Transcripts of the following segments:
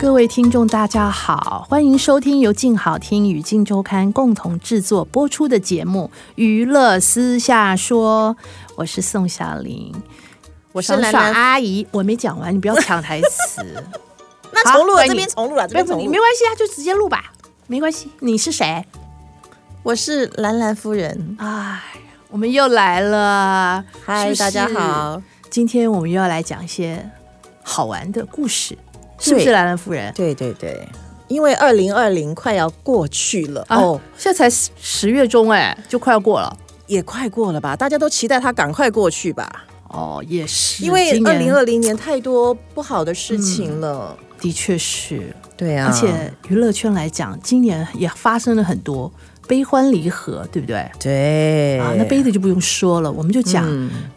各位听众，大家好，欢迎收听由静好听与静周刊共同制作播出的节目《娱乐私下说》，我是宋小玲，我是爽兰爽兰。阿姨。我没讲 完，你不要抢台词，那重录好那了，这你边重录了，这没边重你录没。关系啊，就直接录吧，没关系。你是谁？我是兰兰夫人，哎，我们又来了，是嗨，不是大家好。今天我们又要来讲一些好玩的故事，是不是对兰兰夫人？对对对，因为二零二零快要过去了、啊哦，，现在才十十月中哎、就快要过了。也快过了吧？大家都期待它赶快过去吧，哦，也是，因为今二年零二零年太多不好的事情了。的确是，对嗯啊，而且娱乐圈来讲，今年也发生了很多悲欢离合，对不对？对嗯啊，那悲的就不用说了，我们就讲、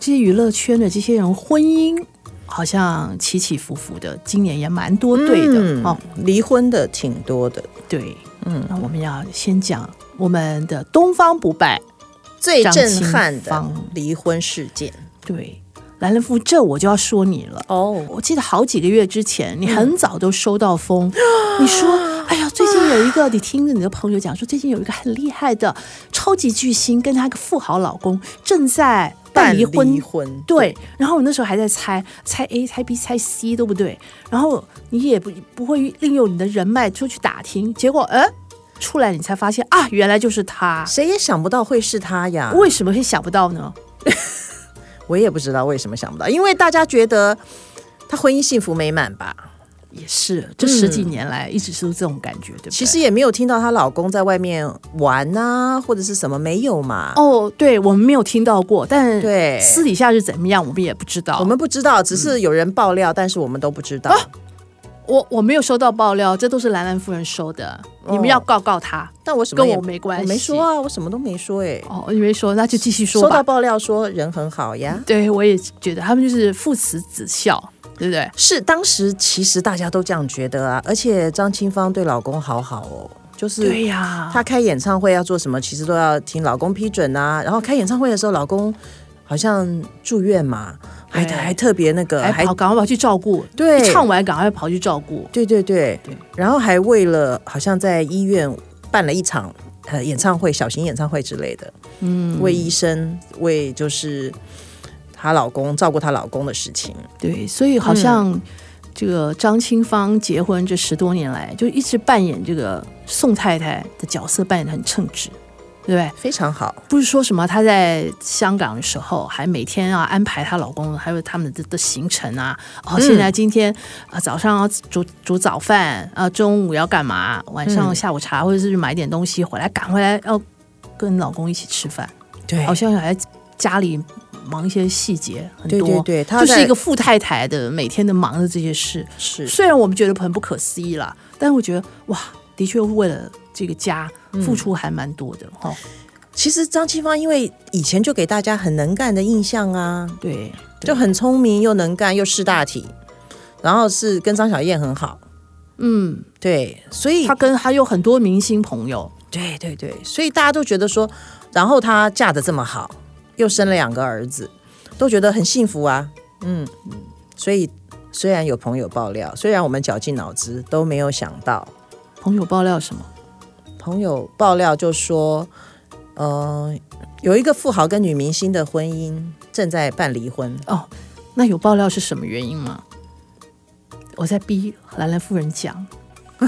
这些娱乐圈的这些人婚姻，好像起起伏伏的，今年也蛮多对的、嗯哦。离婚的挺多的，对，嗯，那我们要先讲我们的东方不败，最张震清撼的芳离婚事件对，兰兰夫，这我就要说你了。哦，我记得好几个月之前，你很早都收到 风，你说：“哎呀，最近有一个，你听着你的朋友讲说，最近有一个很厉害的超级巨星，跟她一个富豪老公正在办办离婚。离婚，对，然后我那时候还在猜，猜 A、猜 B、猜 C 都不对，然后你也不不会利用你的人脉出去打听，结果哎，出来你才发现啊，原来就是他，谁也想不到会是他呀。为什么会想不到呢？我也不知道为什么想不到，因为大家觉得他婚姻幸福美满吧，也是，这十几年来一直是这种感觉，对不对？其实也没有听到她老公在外面玩啊，或者是什么没有嘛。哦，对，我们没有听到过，但对私底下是怎么样，我们也不知道。我们不知道，只是有人爆嗯料，但是我们都不知哦道。我我没有收到爆料，这都是兰兰夫人收的，哦你们要告告他。但我什么也跟我没关系我没说啊，我什么都没说哎、哦，你没说，那就继续说收到吧。嗯爆料说人很好呀，对，我也觉得他们就是父慈子孝，对不对？是当时其实大家都这样觉得啊，而且张清芳对老公好好哦，就是对呀、她开演唱会要做什么，其实都要听老公批准啊。然后开演唱会的时候，老公好像住院嘛，还对还特别那个，还还跑，赶快跑去照顾。对一唱完赶快跑去照顾。对对对对然后还为了好像在医院办了一场呃演唱会，小型演唱会之类的，嗯，为医生，为就是她老公照顾她老公的事情。对，所以好嗯像这个张清芳结婚这十多年来，就一直扮演这个宋太太的角色，扮演的很称职，对不对？非常好，不是说什么她在香港的时候还每天要安排她老公还有他们的的行程啊，嗯哦，现在今天啊、呃早上要煮煮早饭啊、呃中午要干嘛，晚嗯上下午茶、或者是去买点东西回来赶回来要跟老公一起吃饭，对好像还在家里忙一些细节很多，对对对她就是在一个富太太的每天的忙的这些事，是虽然我们觉得很不可思议啦，但我觉得哇，的确为了这个家嗯付出还蛮多的哈、哦，其实张清芳因为以前就给大家很能干的印象啊，对。就很聪明又能干又识大体，然后是跟张小燕很好，嗯，对，所以她跟她有很多明星朋友，对对对，所以大家都觉得说，然后她嫁的这么好，又生了两个儿子，都觉得很幸福啊，嗯，所以虽然有朋友爆料，虽然我们绞尽脑汁都没有想到，朋友爆料什么？朋友爆料就说，呃，有一个富豪跟女明星的婚姻正在办离婚，哦，那有爆料是什么原因吗？我在逼兰兰夫人讲。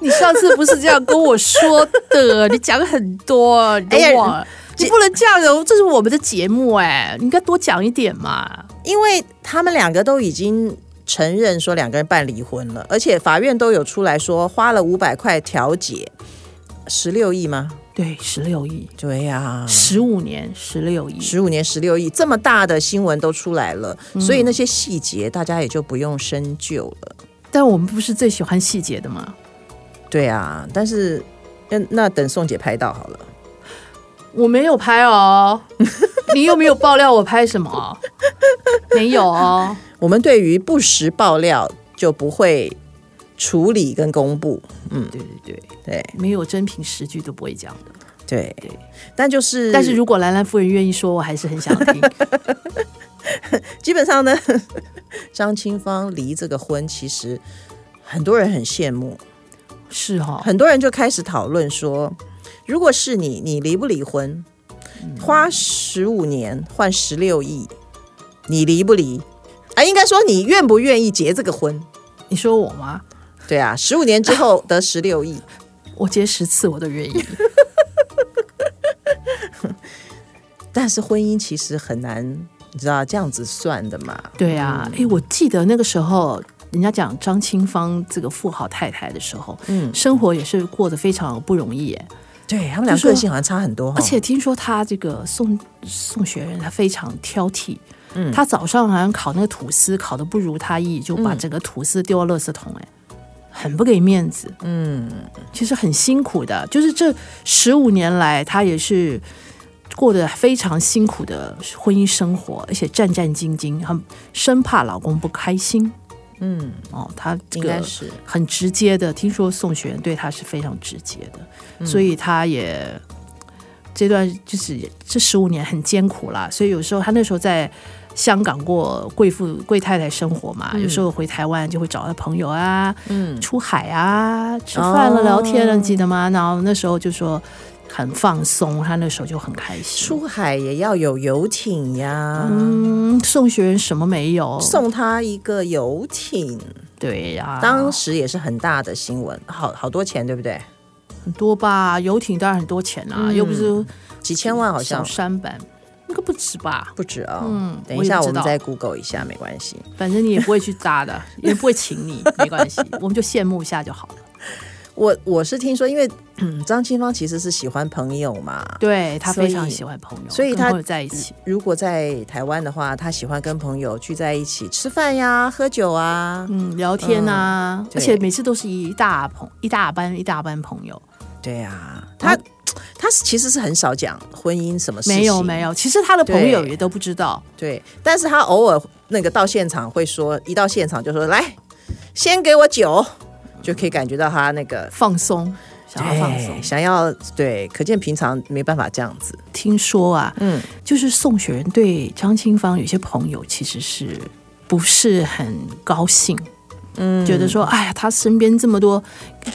你上次不是这样跟我说的？你讲很多，你都哎呀忘了。这你不能这样的，这是我们的节目哎、你应该多讲一点嘛。因为他们两个都已经承认说两个人办离婚了，而且法院都有出来说花了五百块调解，十六亿吗？对，十六亿，对呀、十五年，十六亿，十五年十六亿，这么大的新闻都出来了，所以那些细节大家也就不用深究了。但我们不是最喜欢细节的吗？对啊，但是嗯，那等宋姐拍到好了。我没有拍哦，你又没有爆料我拍什么？没有哦。我们对于不实爆料就不会处理跟公布，嗯对对对，对没有真凭实据都不会讲的。对对。但就是，但是如果兰兰夫人愿意说，我还是很想听。基本上呢， 张清芳离这个婚，其实很多人很羡慕，是哦哈、很多人就开始讨论说，如果是你，你离不离婚？花十五年换十六亿，你离不离？啊，应该说你愿不愿意结这个婚？你说我吗？对啊，十五年之 后得十六亿，我结十次我都愿意。但是婚姻其实很难，你知道这样子算的嘛？对啊，哎、我记得那个时候，人家讲张清芳这个富豪太太的时候，嗯生活也是过得非常不容易耶。对他们俩就说个性好像差很多哈、而且听说她这个宋宋学仁，她非常挑剔。嗯，他早上好像烤那个吐司，烤的不如他意，就嗯把整个吐司丢到垃圾桶、哎、很不给面子。嗯，其实很辛苦的，就是这十五年来，她也是过得非常辛苦的婚姻生活，而且战战兢兢，很生怕老公不开心。嗯，哦，她这应个该是很直接的。听说宋雪人对他是非常直接的，嗯所以他也这段就是这十五年很艰苦啦。所以有时候他那时候在香港过贵妇贵太太生活嘛，有时候回台湾就会找他朋友啊，嗯出海啊，吃饭了、哦聊天了，你记得吗？然后那时候就说很放松，他那时候就很开心。出海也要有游艇呀，嗯，宋雪人什么没有？送他一个游艇，对呀、当时也是很大的新闻，好好多钱，对不对？很多吧，游艇当然很多钱啊，又不是嗯几千万好小像三版，那个不止吧？不止哦。嗯等一下我也不知我道们再 Google 一下，没关系。反正你也不会去搭 的，也不会请你，没关系，我们就羡慕一下就好了。我我是听说，因为 嗯张清芳其实是喜欢朋友嘛，对他所以非常喜欢朋友，所以跟他朋友在一起，如果在台湾的话，他喜欢跟朋友聚在一起吃饭呀、喝酒啊。嗯，聊天啊，对而且每次都是一大朋一大班一大班朋友，对呀、他、他其实是很少讲婚姻什么事情，没有没有有，其实他的朋友对也都不知道，对，但是他偶尔那个到现场会说，一到现场就说来，先给我酒，就可以感觉到他那个放松，想要放对松。想要对，可见平常没办法这样子。听说啊，嗯，就是宋雪人对张清芳有些朋友其实是不是很高兴，嗯，觉得说，哎呀，他身边这么多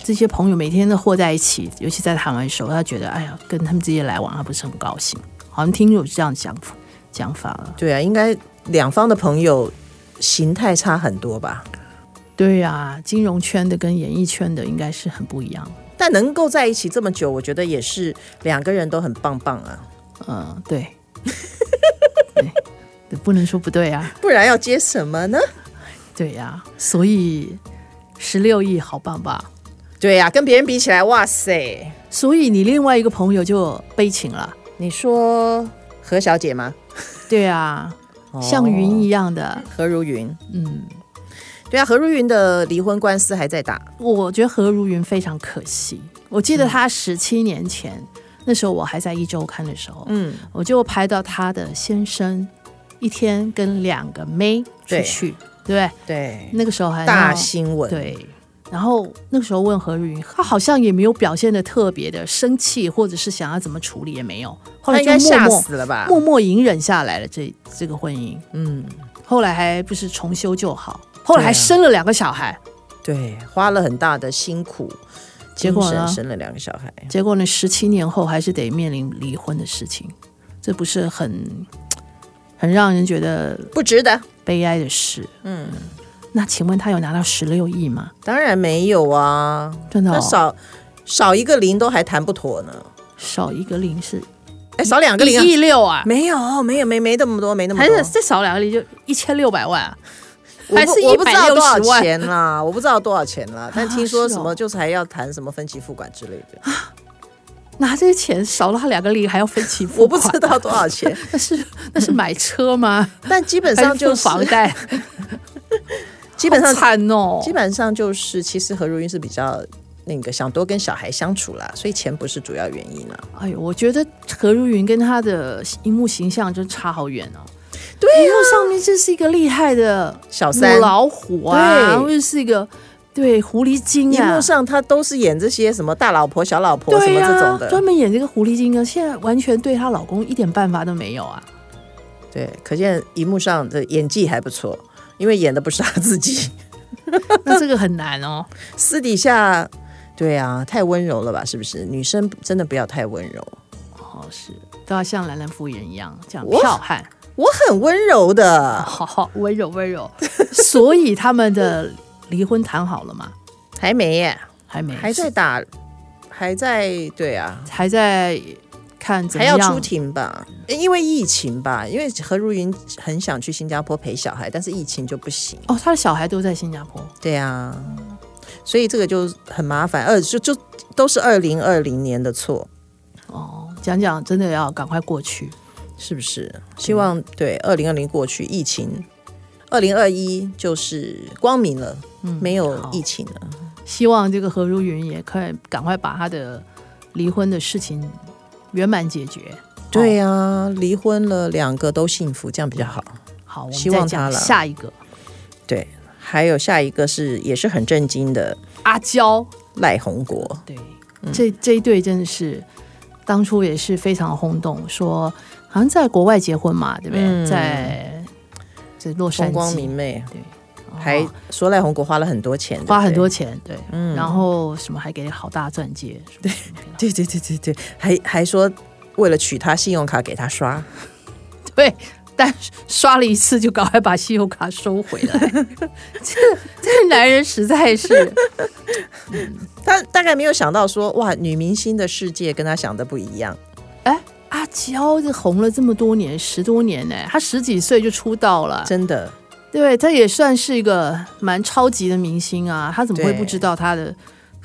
这些朋友每天都和在一起，尤其在台湾的时候，他觉得，哎呀，跟他们这些来往，他不是很高兴。好像听有这样讲法讲法了，对啊，应该两方的朋友形态差很多吧？对呀、金融圈的跟演艺圈的应该是很不一样。但能够在一起这么久，我觉得也是两个人都很棒棒啊，嗯，对， 对，对不能说不对啊，不然要接什么呢？对呀、所以十六亿好棒棒。对呀、跟别人比起来，哇塞！所以你另外一个朋友就悲情了，你说何小姐吗？对啊，哦像云一样的，何如云，嗯，对啊，何如云的离婚官司还在打，我觉得何如云非常可惜。我记嗯得她十七年前，那时候我还在一周刊的时候，嗯，我就拍到她的先生一天跟两个妹出对去，对不对对，，那个时候还大闹新闻，，对。然后那个时候问何如云，她好像也没有表现的特别的生气，或者是想要怎么处理也没有。后他来应就该默吓默死了吧？默默隐忍下来了这这个婚姻。嗯，后来还不是重修旧好，后来还对啊生了两个小孩。对，花了很大的辛苦，结果精神呢生了两个小孩，结果呢，十七年后还是得面临离婚的事情，这不是很很让人觉得不值得。悲哀的事？嗯，那请问他有拿到十六亿吗？当然没有啊，真的、那哦、少少一个零都还谈不妥呢，少一个零是哎，少两个零啊一亿六啊，没有，没有，没没那么多，没那么还多是，再少两个零就一千六百万、啊？我不还是我不知道多少160万钱 啦，我不知道多少钱啦，但听说是哦什么就是还要谈什么分期付款之类的，拿这些钱少了他两个零还要分期付 我不款， 嗯知道多少钱，那是那是买车吗？但基本还上是付就是房 贷？基本上好惨哦，基本上就是，其实何如云是比较那个想多跟小孩相处啦，所以钱不是主要原因啦。啊哎呦，我觉得何如云跟她的荧幕形象真差好远哦。对荧幕上面这是一个厉害的小母三，老虎啊，对或者是一个对狐狸精荧啊幕，上他都是演这些什么大老婆、小老婆什对啊么呀、这种的，专门演这个狐狸精啊，现在完全对她老公一点办法都没有啊。对对，可见荧幕上的演技还不错，因为演的不是他自己。 那这个很难哦。私底下，对啊，太温柔了吧？是不是？女生真的不要太温柔。哦，是都要像兰兰夫人一样这样我彪悍，我很温柔的，好好温柔温 柔。所以他们的离婚谈好了吗？还没耶，还没，还在打，还在对啊，还在看怎还么要样出庭吧？因为疫情吧，因为何如云很想去新加坡陪小孩，但是疫情就不行。哦，他的小孩都在新加坡。对啊，所以这个就很麻烦，二就就都是二零二零年的错，哦，讲讲真的要赶快过去。是不嗯是？希望对二零二零过去，疫情二零二一就是光明了，嗯没有好疫情了。希望这个何如云也可以赶快把他的离婚的事情圆满解决。对呀、啊离婚了，两个都幸福，这样比较好。好，我们希望再他讲了下一个对，还有下一个是也是很震惊的阿娇。赖宏国，对，嗯这这一对真的是当初也是非常轰动，说好像在国外结婚嘛，对不对？嗯在在洛风杉光矶明，媚，然后还说赖宏国哦花了很多钱，花很对不嗯多钱，对，然后什么还给好大钻戒，对，什么对，对对对对对，还还说为了娶她信用卡给她刷。对， 但是刷了一次就赶快把信用卡收回来， 这这男人实在是，他大概没有想到说，哇，女明星的世界跟他想的不一样。哎，阿娇这红了这么多年，十多年呢，她十几岁就出道了，真的，对，她也算是一个蛮超级的明星啊，她怎么会对不知道她的？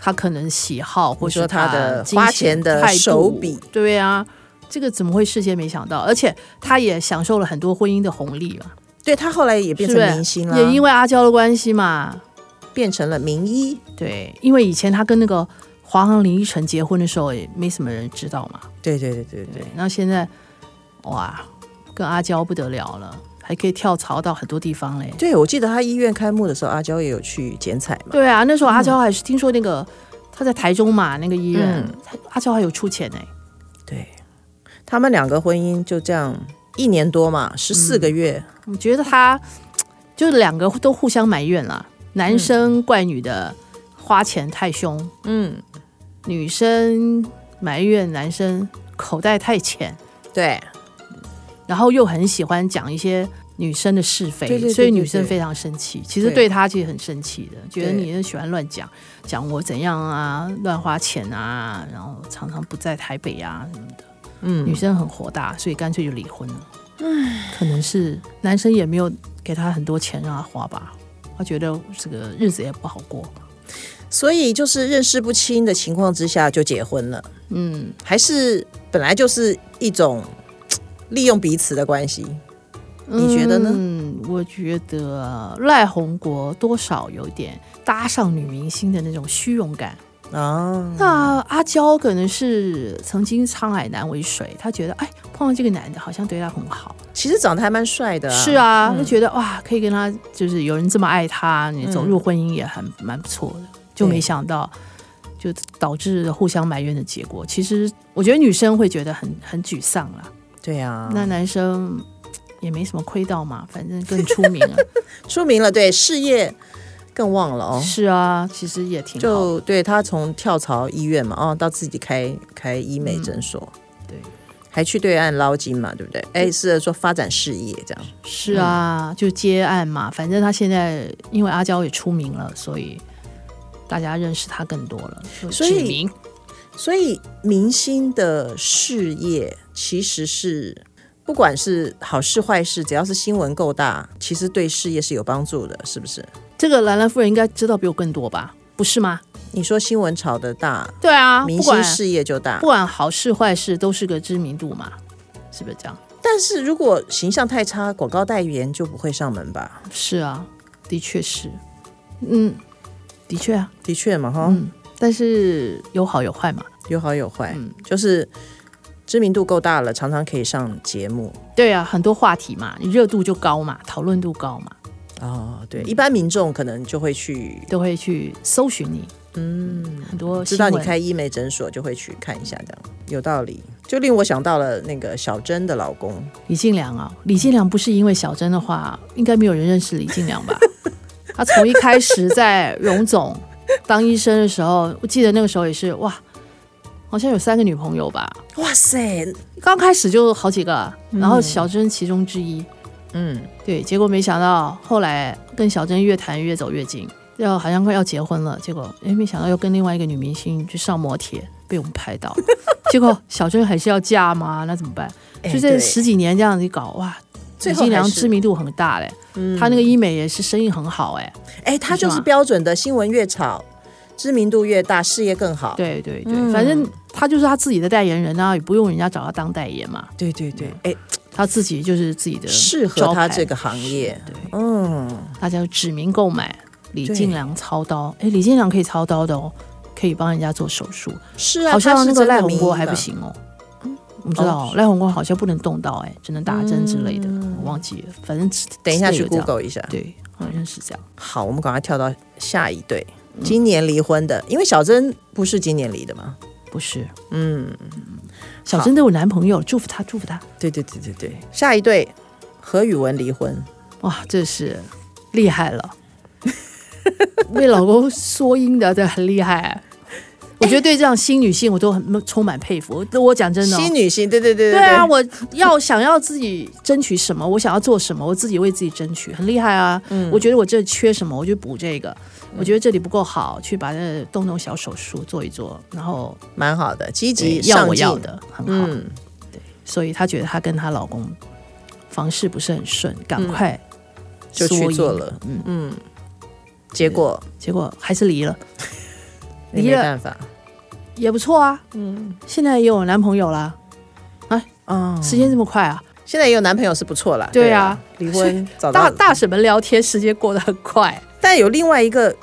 她可能喜好，或你说是她的金花钱的态度手笔，对啊，这个怎么会事先没想到？而且她也享受了很多婚姻的红利嘛，对他后来也变成是不是明星了，也因为阿娇的关系嘛，变成了名医。对，因为以前他跟那个华航林依晨结婚的时候，也没什么人知道嘛。对对对对对对，，那现在哇，跟阿娇不得了了，还可以跳槽到很多地方嘞。对我记得他医院开幕的时候，阿娇也有去剪彩嘛。嗯对啊，那时候阿娇还是听说那个、她在台中嘛，那个医院，她阿娇还有出钱呢。对，他们两个婚姻就这样一年多嘛，十四个月。我觉得她就是两个都互相埋怨啦，男生怪女的花钱太凶，嗯，女生埋怨男生口袋太浅。对然后又很喜欢讲一些女生的是非，对对对所以对女生对非常生气。其实对对她其实很生气的，觉得你是喜欢乱讲，讲我怎样啊，乱花钱啊，然后常常不在台北啊什么的。嗯女生很火大，所以干脆就离婚了。可能是男生也没有给她很多钱让她花吧，她觉得这个日子也不好过。所以就是认识不清的情况之下就结婚了，嗯，还是本来就是一种利用彼此的关系。你觉得呢嗯，我觉得赖宏国多少有点搭上女明星的那种虚荣感。啊，那阿娇可能是曾经沧海难为水，她觉得哎碰到这个男的好像对她很好，其实长得还蛮帅的、是，嗯啊，她觉得哇可以跟他就是有人这么爱她，你嗯走入婚姻也很、蛮不错的，就对没想到就导致互相埋怨的结果。其实我觉得女生会觉得很很沮丧啦，对啊，那男生也没什么亏到嘛，反正更出名了。出名了，对事业更旺了 哦。是啊，其实也挺好的。就对他从跳槽医院嘛，哦，到自己开开医美诊所，嗯对，还去对岸捞金嘛，对不对？哎，是说发展事业这样，是啊，嗯就接案嘛，反正他现在因为阿娇也出名了，所以大家认识他更多了，就所以指名所以明星的事业其实是。不管是好事坏事，只要是新闻够大，其实对事业是有帮助的，是不是？这个兰兰夫人应该知道比我更多吧？不是吗？你说新闻炒得大，对啊，明不管星事业就大不。管好事坏事都是个知名度嘛，是不是这样？但是如果形象太差，广告代言就不会上门吧？是啊，的确是，嗯，的确啊，的确嘛，哈、嗯，但是有好有坏嘛。有好有坏，嗯就是知名度够大了，常常可以上节目。对啊，很多话题嘛，你热度就高嘛，讨论度高嘛，哦，对，一般民众可能就会去，都会去搜寻你。嗯，很多知道新你闻开医美诊所就会去看一下，这样有道理。就令我想到了那个小珍的老公，李进良啊，李进良不是因为小珍的话，应该没有人认识李进良 吧？他从一开始在荣总当医生的时候，我记得那个时候也是哇，好像有三个女朋友吧，哇塞，刚开始就好几个，然后小珍其中之一。嗯，对，结果没想到后来跟小珍越谈越走越近，然后好像快要结婚了，结果哎，没想到又跟另外一个女明星去上摩铁，被我们拍 到，结果小珍还是要嫁吗？那怎么办？哎就这对十几年这样子一搞，哇，最李后金还良是嗯知名度很大嘞，他那个医美也是生意很好哎，哎，他就是是吗标准的新闻越炒，知名度越大，事业更好。对对对，嗯反正他就是他自己的代言人啊，也不用人家找他当代言嘛，对对对，嗯哎，他自己就是自己的适合招他牌这个行业。对。嗯，大家就指名购买李对进良操刀。哎，李进良可以操刀的哦，可以帮人家做手术，是啊，好像他是那个真的赖名红医哦锅还不嘛。行哦。我们知道、赖红锅好像不能动刀，哎，只能打针之类的，我忘记了。反正只嗯等一下只去有这样 Google 一下。对，好像是这样。好，我们赶快跳到下一对，嗯今年离婚的，因为小珍不是今年离的嘛。不是，嗯，小珍都有男朋友，祝福她，祝福她。对对对对对，下一对何宇文离婚，哇，这是厉害 了，为老公缩阴的，这很厉害。我觉得对这样新女性，我都很嗯充满佩服。我我讲真的、哦，新女性，对对对对对啊，我要想要自己争取什么，我想要做什么，我自己为自己争取，很厉害啊。嗯我觉得我这缺什么，我就补这个。我觉得这里不够好，去把这动动小手术做一做，然后蛮好的，积极要上我进要。的很好。嗯，所以她觉得她跟她老公房事不是很顺，赶快嗯就缩去阴做了。嗯，嗯，结果结果还是离了，也离没了办法。也不错啊。嗯，现在也有男朋友啦，嗯哦，时间这么快啊？现在也有男朋友是不错啦。对啊，离婚找大到，大婶们聊天，时间过得很快。但有另外一个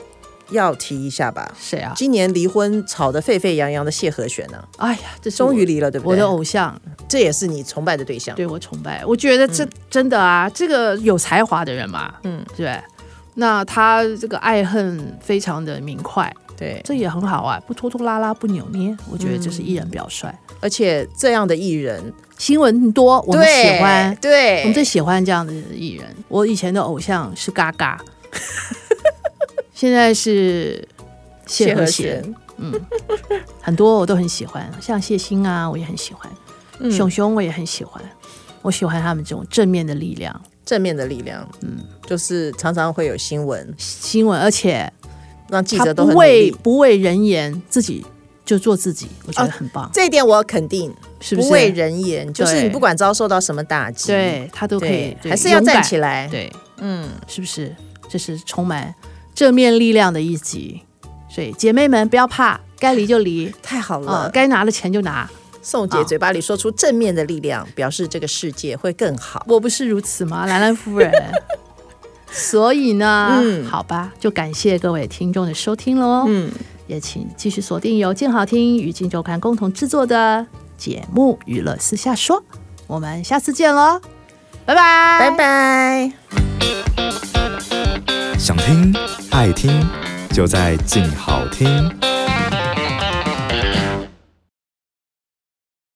要提一下吧。谁啊？今年离婚吵得沸沸扬扬的谢和弦呢，哎呀，这是终于我离了，对不我对嗯的？偶像。这也是你崇拜的对象。对我崇拜。我觉得这、真的啊，这个有才华的人嘛，嗯嗯，对。那他这个爱恨非常的明快，对，这也很好啊，不拖拖拉拉，不扭捏，我觉得这是艺人表率。而且这样的艺人，新闻很多，我们对喜欢，对，我们最喜欢这样的艺人。我以前的偶像是嘎 嘎，现在是谢和弦，弦，很多我都很喜欢，像谢欣啊，我也很喜欢，嗯熊熊我也很喜欢，我喜欢他们这种正面的力量。正面的力量，嗯，就是常常会有新闻新闻，而且让记他者都不很努畏力，不畏人言，自己就做自己，我觉得很棒，这一点我肯定，是不是？畏啊人言，就是对你不管遭受到什么打击，对他都可以对，，还是对要站起，勇来敢，对，嗯，是不是？这是充满正面力量的一集，所以姐妹们不要怕，该离就离，太好了，啊、该拿的钱就拿。宋姐嘴巴里说出正面的力量，表示这个世界会更好。我不是如此吗，兰兰夫 人？所以呢，嗯好吧，就感谢各位听众的收听喽。嗯，也请继续锁定由静好听与静周刊共同制作的节目《娱乐私下说》，我们下次见喽，拜拜，拜。拜。想听爱听，就在静好听。